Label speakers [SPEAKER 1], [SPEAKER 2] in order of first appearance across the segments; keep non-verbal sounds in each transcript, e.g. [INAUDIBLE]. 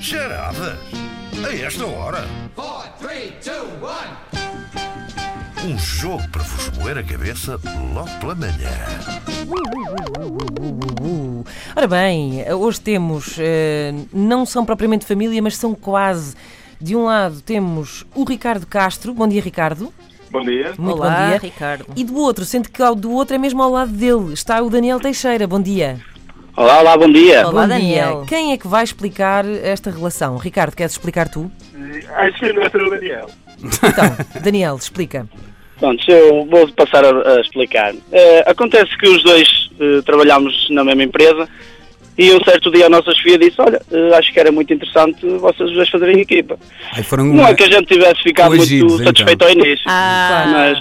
[SPEAKER 1] Charadas? A esta hora?
[SPEAKER 2] Four, three, two, one.
[SPEAKER 1] Um jogo para vos moer a cabeça logo pela manhã.
[SPEAKER 3] Uh, Ora bem, hoje temos, eh, não são propriamente família, mas são quase. De um lado temos o Ricardo Castro. Bom dia, Ricardo.
[SPEAKER 4] Bom dia.
[SPEAKER 3] Muito
[SPEAKER 5] Olá,
[SPEAKER 3] bom dia.
[SPEAKER 5] Ricardo.
[SPEAKER 3] E do outro, sendo que ao- do outro é mesmo ao lado dele, está o Daniel Teixeira. Bom dia.
[SPEAKER 6] Olá, olá, bom dia.
[SPEAKER 5] Olá,
[SPEAKER 3] bom
[SPEAKER 5] Daniel.
[SPEAKER 3] dia. Quem é que vai explicar esta relação? Ricardo, queres explicar tu?
[SPEAKER 4] Acho que não é o Daniel.
[SPEAKER 3] Então, Daniel, explica.
[SPEAKER 6] Pronto, eu vou passar a, a explicar. Eh, acontece que os dois eh, trabalhámos na mesma empresa e um certo dia a nossa chefia disse, olha, eh, acho que era muito interessante vocês os dois fazerem equipa.
[SPEAKER 7] Aí foram
[SPEAKER 6] Não é que a gente tivesse ficado
[SPEAKER 7] Coagidos,
[SPEAKER 6] muito satisfeito
[SPEAKER 7] então.
[SPEAKER 6] ao início,
[SPEAKER 5] Ah.
[SPEAKER 6] mas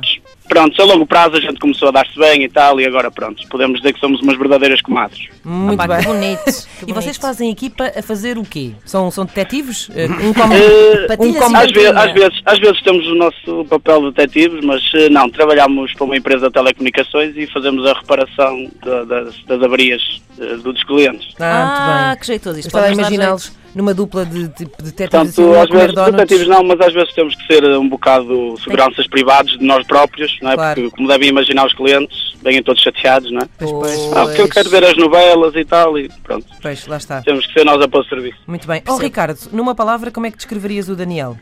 [SPEAKER 6] pronto, a longo prazo a gente começou a dar-se bem e tal e agora pronto, podemos dizer que somos umas verdadeiras comadres.
[SPEAKER 3] Muito
[SPEAKER 5] Pá, que
[SPEAKER 3] bem.
[SPEAKER 5] bonito.
[SPEAKER 3] [LAUGHS]
[SPEAKER 5] que
[SPEAKER 3] E vocês
[SPEAKER 5] bonito.
[SPEAKER 3] fazem equipa a fazer o quê? São, são detetives? Eh,
[SPEAKER 4] [LAUGHS]
[SPEAKER 3] Um como...
[SPEAKER 6] Eh,
[SPEAKER 5] Patilhas
[SPEAKER 3] um como-
[SPEAKER 5] e
[SPEAKER 6] Às, ve-
[SPEAKER 5] patinha.
[SPEAKER 6] às vezes, às vezes temos o nosso papel de detetives, mas eh, não, trabalhamos para uma empresa de telecomunicações e fazemos a reparação da- das, das avarias eh, dos clientes.
[SPEAKER 5] Ah, que jeitoso
[SPEAKER 3] Eu
[SPEAKER 5] isto.
[SPEAKER 3] estava a
[SPEAKER 5] pode dar
[SPEAKER 3] imaginá-los numa dupla de, de, de detetives assim,
[SPEAKER 6] Portanto,
[SPEAKER 3] uma a
[SPEAKER 6] às
[SPEAKER 3] comer
[SPEAKER 6] vezes,
[SPEAKER 3] donuts.
[SPEAKER 6] detetives não, mas às vezes temos que ser eh, um bocado seguranças privados de nós próprios, não é?
[SPEAKER 3] Claro.
[SPEAKER 6] Porque, como devem imaginar os clientes, vêm todos chateados, não é?
[SPEAKER 3] Pois,
[SPEAKER 6] Ah, porque eu
[SPEAKER 3] pois,
[SPEAKER 6] quero ver as novelas e tal, e pronto,
[SPEAKER 3] Pois, lá está.
[SPEAKER 6] temos que ser nós a pôr serviço.
[SPEAKER 3] Muito bem. Ó Ricardo, numa palavra, como é que descreverias o Daniel?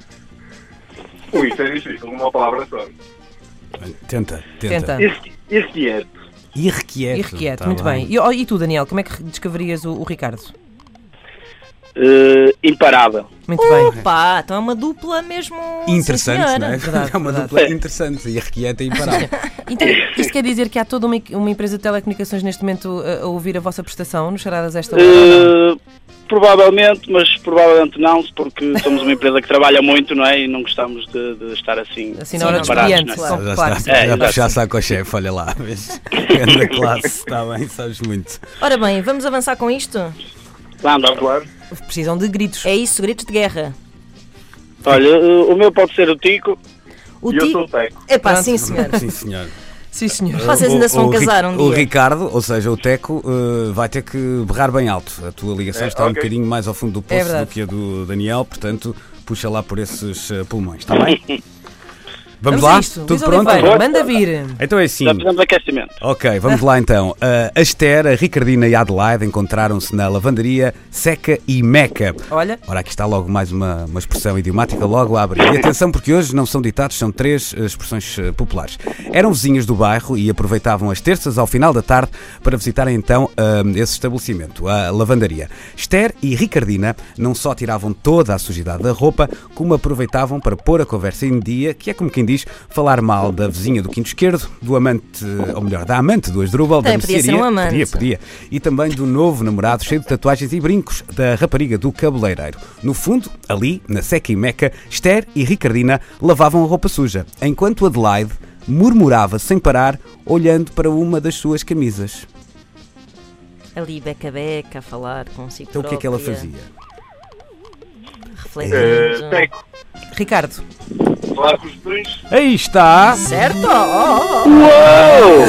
[SPEAKER 4] Ui, isso é difícil, uma palavra só.
[SPEAKER 7] Tenta,
[SPEAKER 3] Tenta.
[SPEAKER 7] tenta.
[SPEAKER 4] Irrequieto.
[SPEAKER 7] Irrequieto.
[SPEAKER 3] Irrequieto,
[SPEAKER 7] Tá
[SPEAKER 3] muito bem. E, ó, e tu, Daniel, como é que descreverias o, o Ricardo?
[SPEAKER 6] Eh, imparável.
[SPEAKER 3] Muito
[SPEAKER 6] Uh!
[SPEAKER 3] bem.
[SPEAKER 5] Opa, então é uma dupla mesmo.
[SPEAKER 7] Interessante,
[SPEAKER 5] sim,
[SPEAKER 7] não é?
[SPEAKER 5] senhora.
[SPEAKER 3] Verdade,
[SPEAKER 7] [LAUGHS] é uma
[SPEAKER 3] verdade.
[SPEAKER 7] dupla interessante. Irrequieta e é imparável.
[SPEAKER 3] Então, isto quer dizer que há toda uma, uma empresa de telecomunicações neste momento uh, a, a ouvir a vossa prestação nos charadas esta hora? ou não?
[SPEAKER 6] Uh, provavelmente, mas provavelmente não, porque somos uma empresa que trabalha muito, não é? E não gostamos de, de estar assim.
[SPEAKER 3] Assim, na hora dos
[SPEAKER 6] separados,
[SPEAKER 3] clientes,
[SPEAKER 6] não é?
[SPEAKER 3] só-
[SPEAKER 7] Já
[SPEAKER 3] Claro.
[SPEAKER 7] está,
[SPEAKER 6] É,
[SPEAKER 7] já
[SPEAKER 6] exato.
[SPEAKER 7] puxaste saco ao chefe, olha lá. Vês? Grande classe, está bem, sabes muito.
[SPEAKER 5] Ora bem, vamos avançar com isto?
[SPEAKER 6] Vamos.
[SPEAKER 4] Claro.
[SPEAKER 3] Precisam de gritos.
[SPEAKER 5] É isso, gritos de guerra.
[SPEAKER 6] Olha, uh, o meu pode ser o Tico.
[SPEAKER 5] O
[SPEAKER 4] E eu
[SPEAKER 5] ti-
[SPEAKER 4] sou o Teco.
[SPEAKER 5] Epá,
[SPEAKER 3] Pronto.
[SPEAKER 5] sim, senhor.
[SPEAKER 7] Sim, senhor.
[SPEAKER 3] Sim, senhor.
[SPEAKER 5] Vocês ainda se vão
[SPEAKER 7] O- o Ri-
[SPEAKER 5] casar um
[SPEAKER 7] O
[SPEAKER 5] dia.
[SPEAKER 7] Ricardo, ou seja, o Teco, eh, vai ter que berrar bem alto. A tua ligação
[SPEAKER 4] É,
[SPEAKER 7] está um
[SPEAKER 4] ok.
[SPEAKER 7] bocadinho mais ao fundo do
[SPEAKER 3] É
[SPEAKER 7] poço do
[SPEAKER 3] verdade.
[SPEAKER 7] que a do Daniel, portanto, puxa lá por esses eh, pulmões, está bem? Vamos,
[SPEAKER 3] Vamos
[SPEAKER 7] lá?
[SPEAKER 3] a isto.
[SPEAKER 7] Tudo
[SPEAKER 3] Luís
[SPEAKER 7] pronto?
[SPEAKER 3] Oliveira, manda vir.
[SPEAKER 7] Então é assim.
[SPEAKER 6] Já fizemos aquecimento.
[SPEAKER 7] Ok, vamos lá então. Ah, a Esther, a Ricardina e a Adelaide encontraram-se na lavandaria Seca e Meca.
[SPEAKER 3] Olha.
[SPEAKER 7] Ora, aqui está logo mais uma, uma expressão idiomática, logo a abrir. E atenção, porque hoje não são ditados, são três eh, expressões eh, populares. Eram vizinhos do bairro e aproveitavam as terças ao final da tarde para visitarem então ah, esse estabelecimento, a lavandaria. Esther e Ricardina não só tiravam toda a sujidade da roupa, como aproveitavam para pôr a conversa em dia, que é como quem diz, falar mal da vizinha do quinto esquerdo, do amante, ou melhor, da amante do Asdrúbal, da
[SPEAKER 5] Também podia ser
[SPEAKER 7] mercearia.
[SPEAKER 5] um amante.
[SPEAKER 7] Podia, podia. E também do novo namorado cheio de tatuagens e brincos, da rapariga do cabeleireiro. No fundo, ali, na seca e meca, Esther e Ricardina lavavam a roupa suja, enquanto Adelaide murmurava sem parar, olhando para uma das suas camisas.
[SPEAKER 5] Ali, beca-beca, a falar consigo.
[SPEAKER 7] Então o que é que ela
[SPEAKER 5] própria,
[SPEAKER 7] fazia?
[SPEAKER 4] Eh,
[SPEAKER 5] Refletindo.
[SPEAKER 4] Teco.
[SPEAKER 3] Ricardo,
[SPEAKER 4] Falar com os botões.
[SPEAKER 7] Aí está!
[SPEAKER 5] Certo? Oh,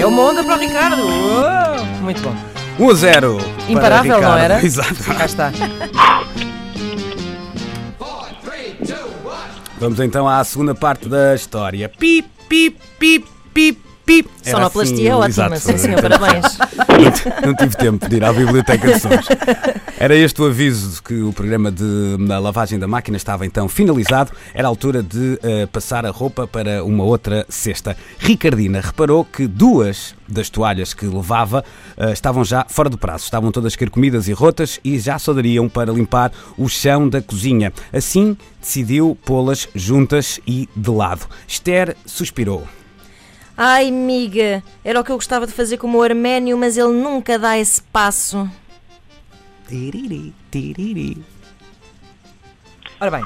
[SPEAKER 3] é uma onda para o Ricardo. Uou! Muito bom.
[SPEAKER 7] 1 a 0! para
[SPEAKER 3] Imparável, não
[SPEAKER 7] Ricardo.
[SPEAKER 3] era?
[SPEAKER 7] [LAUGHS] Exato.
[SPEAKER 3] Cá está.
[SPEAKER 2] Four, three, two, one.
[SPEAKER 7] Vamos então à segunda parte da história. Pip, pip, pip, pip, pip.
[SPEAKER 5] oh.
[SPEAKER 7] assim,
[SPEAKER 5] Sonoplastia
[SPEAKER 3] assim,
[SPEAKER 5] é ótima,
[SPEAKER 7] exato.
[SPEAKER 5] sim,
[SPEAKER 3] [LAUGHS]
[SPEAKER 5] senhor, parabéns.
[SPEAKER 7] Não ti- Não tive tempo de ir à biblioteca de sons. Era este o aviso de que o programa de da lavagem da máquina estava então finalizado. Era a altura de eh, passar a roupa para uma outra cesta. Ricardina reparou que duas das toalhas que levava eh, estavam já fora do prazo. Estavam todas carcomidas e rotas e já só dariam para limpar o chão da cozinha. Assim, decidiu pô-las juntas e de lado. Esther suspirou.
[SPEAKER 5] Ai, miga, era o que eu gostava de fazer como o Arménio, mas ele nunca dá esse passo.
[SPEAKER 7] Tiriri, tiriri.
[SPEAKER 3] Ora bem.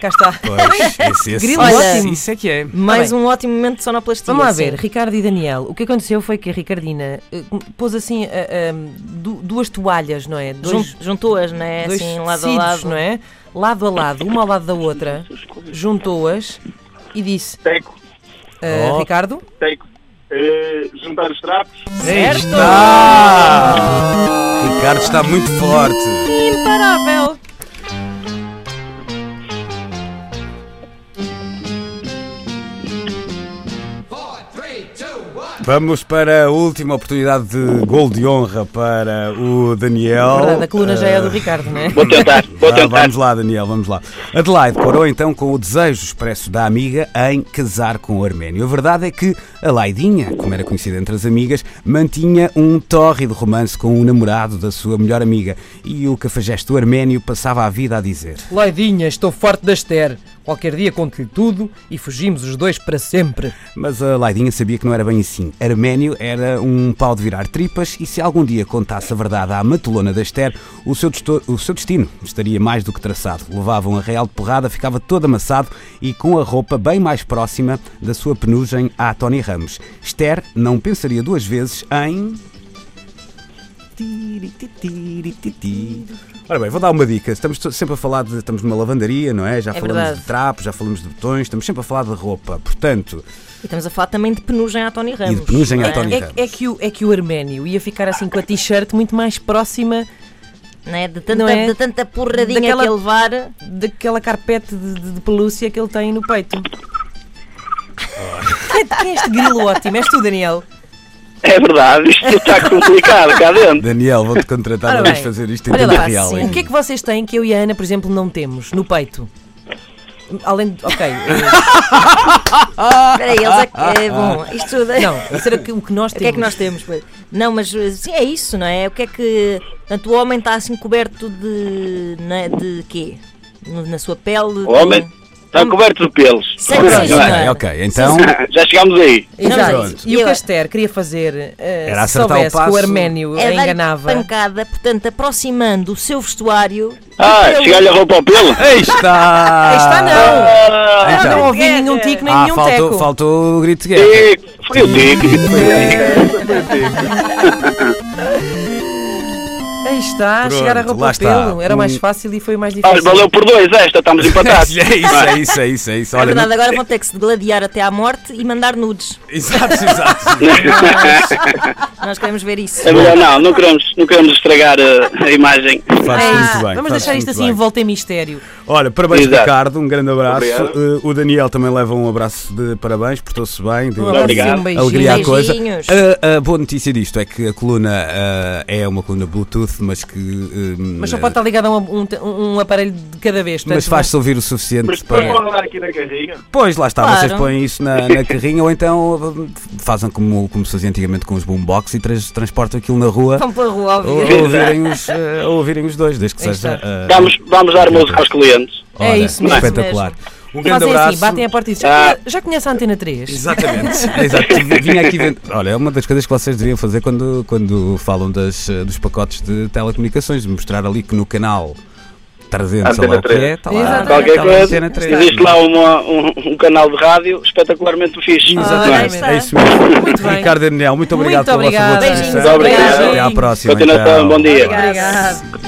[SPEAKER 3] Cá está.
[SPEAKER 7] Pois, esse, esse,
[SPEAKER 3] Grilo
[SPEAKER 7] esse-
[SPEAKER 5] ótimo.
[SPEAKER 7] isso é que é.
[SPEAKER 5] Mais
[SPEAKER 3] Tá bem.
[SPEAKER 5] um ótimo momento de sonoplastia.
[SPEAKER 3] Vamos lá
[SPEAKER 5] sim.
[SPEAKER 3] ver, Ricardo e Daniel. O que aconteceu foi que a Ricardina eh, pôs assim eh, eh, du- duas toalhas, não é? Dois,
[SPEAKER 5] Jun- Juntou-as, não é?
[SPEAKER 3] dois
[SPEAKER 5] Assim, lado a
[SPEAKER 3] tecidos,
[SPEAKER 5] lado.
[SPEAKER 3] não é? Lado a lado, uma ao lado da outra, juntou-as e disse:
[SPEAKER 4] Teco.
[SPEAKER 3] eh,
[SPEAKER 7] Oh.
[SPEAKER 3] Ricardo,
[SPEAKER 4] Teco. Eh, juntar os trapos.
[SPEAKER 7] Certo! Ricardo Ricardo está muito forte.
[SPEAKER 5] Imparável!
[SPEAKER 2] Four, three, two, one.
[SPEAKER 7] Vamos para a última oportunidade de gol de honra para o Daniel.
[SPEAKER 3] Verdade, a coluna já é a do
[SPEAKER 7] Eh,
[SPEAKER 3] Ricardo, não é?
[SPEAKER 6] Vou
[SPEAKER 7] [LAUGHS]
[SPEAKER 6] tentar, vou
[SPEAKER 7] vá,
[SPEAKER 6] tentar.
[SPEAKER 7] Ah, vamos lá, Daniel, vamos lá. Adelaide parou então com o desejo expresso da amiga em casar com o Arménio. A verdade é que a Laidinha, como era conhecida entre as amigas, mantinha um tórrido romance com o namorado da sua melhor amiga. E o cafajeste do Arménio passava a vida a dizer:
[SPEAKER 8] Laidinha, estou forte da Esther. Qualquer dia conto-lhe tudo e fugimos os dois para sempre.
[SPEAKER 7] Mas a Laidinha sabia que não era bem assim. Arménio era um pau de virar tripas e se algum dia contasse a verdade à matulona da Esther, o seu, desto- o seu destino estaria mais do que traçado. Levava um arreal de porrada, ficava todo amassado e com a roupa bem mais próxima da sua penugem à Tony Ramos. Esther não pensaria duas vezes em... Tiri-ti-tiri-ti-ti. Ora bem, vou dar uma dica. Estamos to- sempre a falar de. Estamos numa lavandaria, não é? Já falamos
[SPEAKER 5] verdade.
[SPEAKER 7] de trapos, já falamos de botões, estamos sempre a falar de roupa. Portanto,
[SPEAKER 5] E estamos a falar também de penugem à Tony Ramos.
[SPEAKER 7] penugem à
[SPEAKER 5] não é?
[SPEAKER 7] Tony.
[SPEAKER 3] É, é que o, é que o Arménio ia ficar assim com a t-shirt muito mais próxima
[SPEAKER 5] Não é? De, tanta,
[SPEAKER 3] Não é?
[SPEAKER 5] de tanta porradinha
[SPEAKER 3] Daquela-
[SPEAKER 5] que ele levar.
[SPEAKER 3] daquela carpete de, de- de pelúcia que ele tem no peito.
[SPEAKER 5] Oh.
[SPEAKER 3] Quem é- quem é este grilo ótimo? És tu, Daniel?
[SPEAKER 6] É verdade, isto
[SPEAKER 7] [LAUGHS]
[SPEAKER 6] está complicado cá dentro.
[SPEAKER 7] Daniel, vou-te contratar
[SPEAKER 3] Ora
[SPEAKER 7] para
[SPEAKER 3] bem,
[SPEAKER 7] vamos fazer isto em
[SPEAKER 3] olha
[SPEAKER 7] tempo
[SPEAKER 3] lá,
[SPEAKER 7] real.
[SPEAKER 5] sim.
[SPEAKER 7] hein?
[SPEAKER 3] O que é que vocês têm que eu e a Ana, por exemplo, não temos no peito? Além de. Ok. eh,
[SPEAKER 5] Espera aí, eles é
[SPEAKER 7] [LAUGHS]
[SPEAKER 5] que. É, bom, isto tudo.
[SPEAKER 3] não, será que o que nós
[SPEAKER 5] [LAUGHS] O
[SPEAKER 3] temos?
[SPEAKER 5] que é que nós temos? pois? Não, mas sim, é isso, não é? O que é que. Portanto, o homem está assim coberto de. não é? de quê? No- Na sua pele.
[SPEAKER 6] O homem está coberto de pelos. é?
[SPEAKER 5] Sei que
[SPEAKER 7] Pronto,
[SPEAKER 5] sim,
[SPEAKER 7] ok,
[SPEAKER 3] é?
[SPEAKER 5] senhor.
[SPEAKER 7] ok, então
[SPEAKER 6] Já chegámos aí.
[SPEAKER 3] Exato.
[SPEAKER 5] Pronto.
[SPEAKER 3] E o
[SPEAKER 5] é Eu-
[SPEAKER 3] Caster queria fazer. eh,
[SPEAKER 7] Era
[SPEAKER 3] se
[SPEAKER 7] acertar o
[SPEAKER 3] soubesse que
[SPEAKER 7] passo.
[SPEAKER 3] o Arménio
[SPEAKER 5] É dar-lhe
[SPEAKER 3] enganava.
[SPEAKER 5] pancada, portanto, aproximando o seu vestuário. É
[SPEAKER 6] Ah, chegar-lhe a roupa ao pelo?
[SPEAKER 7] aí está!
[SPEAKER 3] Aí está, não!
[SPEAKER 6] Ah,
[SPEAKER 3] Ah,
[SPEAKER 7] Então.
[SPEAKER 3] não ouvi nenhum tico, nem
[SPEAKER 7] tá. Ah,
[SPEAKER 3] nenhum
[SPEAKER 7] faltou,
[SPEAKER 3] teco.
[SPEAKER 7] faltou o grito de guerra.
[SPEAKER 6] tico, foi o tico.
[SPEAKER 3] Aí está,
[SPEAKER 7] Pronto,
[SPEAKER 3] chegar a
[SPEAKER 7] lá
[SPEAKER 3] roupa ao
[SPEAKER 7] está. Um-
[SPEAKER 3] pelo. Era mais fácil e foi mais
[SPEAKER 6] Olha,
[SPEAKER 3] difícil.
[SPEAKER 6] valeu por dois esta, estamos
[SPEAKER 7] [LAUGHS]
[SPEAKER 6] empatados.
[SPEAKER 7] É isso, é isso, é isso, é isso.
[SPEAKER 5] Na
[SPEAKER 7] Olha,
[SPEAKER 5] verdade,
[SPEAKER 7] não-
[SPEAKER 5] agora vão ter que se degladiar até à morte e mandar nudes.
[SPEAKER 3] [LAUGHS]
[SPEAKER 7] Exato, exato.
[SPEAKER 5] Nós queremos ver isso.
[SPEAKER 6] É melhor não, não queremos, não queremos estragar eh, a, a imagem.
[SPEAKER 7] Fazes
[SPEAKER 3] Ah,
[SPEAKER 7] muito bem.
[SPEAKER 3] Vamos
[SPEAKER 7] fazes
[SPEAKER 3] deixar isto
[SPEAKER 7] muito
[SPEAKER 3] assim
[SPEAKER 7] bem.
[SPEAKER 3] envolto em mistério.
[SPEAKER 7] Olha, parabéns,
[SPEAKER 6] Exato.
[SPEAKER 7] Ricardo. Um grande abraço.
[SPEAKER 4] Obrigado.
[SPEAKER 7] Eh, o Daniel também leva um abraço de parabéns, portou-se bem. deu-
[SPEAKER 3] Um abraço e
[SPEAKER 6] obrigado.
[SPEAKER 3] um beijinho.
[SPEAKER 7] Alegria à coisa.
[SPEAKER 5] Beijinhos.
[SPEAKER 7] A, a boa notícia disto é que a coluna ah, é uma coluna Bluetooth, mas que. eh,
[SPEAKER 3] Mas só pode estar ligado a um, um te- um aparelho de cada vez. portanto, é?
[SPEAKER 7] Mas faz-se ouvir o suficiente
[SPEAKER 4] Mas depois vou
[SPEAKER 7] para.
[SPEAKER 4] andar aqui na carrinha.
[SPEAKER 7] Pois, lá está,
[SPEAKER 5] Claro.
[SPEAKER 7] vocês põem isso na, na carrinha ou então hum, fazem como, como se fazia antigamente com os boombox e trans- transportam aquilo na rua
[SPEAKER 5] Vão pela rua,
[SPEAKER 7] ou,
[SPEAKER 5] óbvio.
[SPEAKER 7] ou ouvirem os, eh, ou ouvirem os dois, desde que
[SPEAKER 3] Aí
[SPEAKER 7] seja.
[SPEAKER 3] está.
[SPEAKER 7] eh,
[SPEAKER 6] Vamos, vamos dar música aos clientes.
[SPEAKER 3] É
[SPEAKER 7] ora,
[SPEAKER 3] isso mesmo.
[SPEAKER 7] Espetacular. Um grande
[SPEAKER 3] Fazem
[SPEAKER 7] abraço.
[SPEAKER 3] assim, batem a porta e dizem, já, conhe- já conhece a Antena 3?
[SPEAKER 7] Exatamente. Exato.
[SPEAKER 3] [LAUGHS]
[SPEAKER 7] Vinha aqui vendo. Olha, é uma das coisas que vocês deviam fazer quando, quando falam das, eh, dos pacotes de telecomunicações, de mostrar ali que no canal 300, sei lá o que é, está lá.
[SPEAKER 3] Exatamente.
[SPEAKER 6] Qualquer
[SPEAKER 7] está lá a
[SPEAKER 6] coisa,
[SPEAKER 7] antena 3.
[SPEAKER 6] existe lá uma- um, um canal de rádio espetacularmente fixe.
[SPEAKER 5] Ora, aí
[SPEAKER 7] Exatamente,
[SPEAKER 5] está.
[SPEAKER 7] é isso mesmo.
[SPEAKER 3] Ah, Muito bem.
[SPEAKER 7] Ricardo e Daniel, muito obrigado
[SPEAKER 3] Muito
[SPEAKER 7] pela vossa boa
[SPEAKER 3] obrigada.
[SPEAKER 7] disposição.
[SPEAKER 5] Beijinhos,
[SPEAKER 6] Obrigado.
[SPEAKER 7] Até à
[SPEAKER 3] beijinhos.
[SPEAKER 7] próxima.
[SPEAKER 6] Continuação,
[SPEAKER 7] então.
[SPEAKER 6] bom dia.
[SPEAKER 5] Obrigada.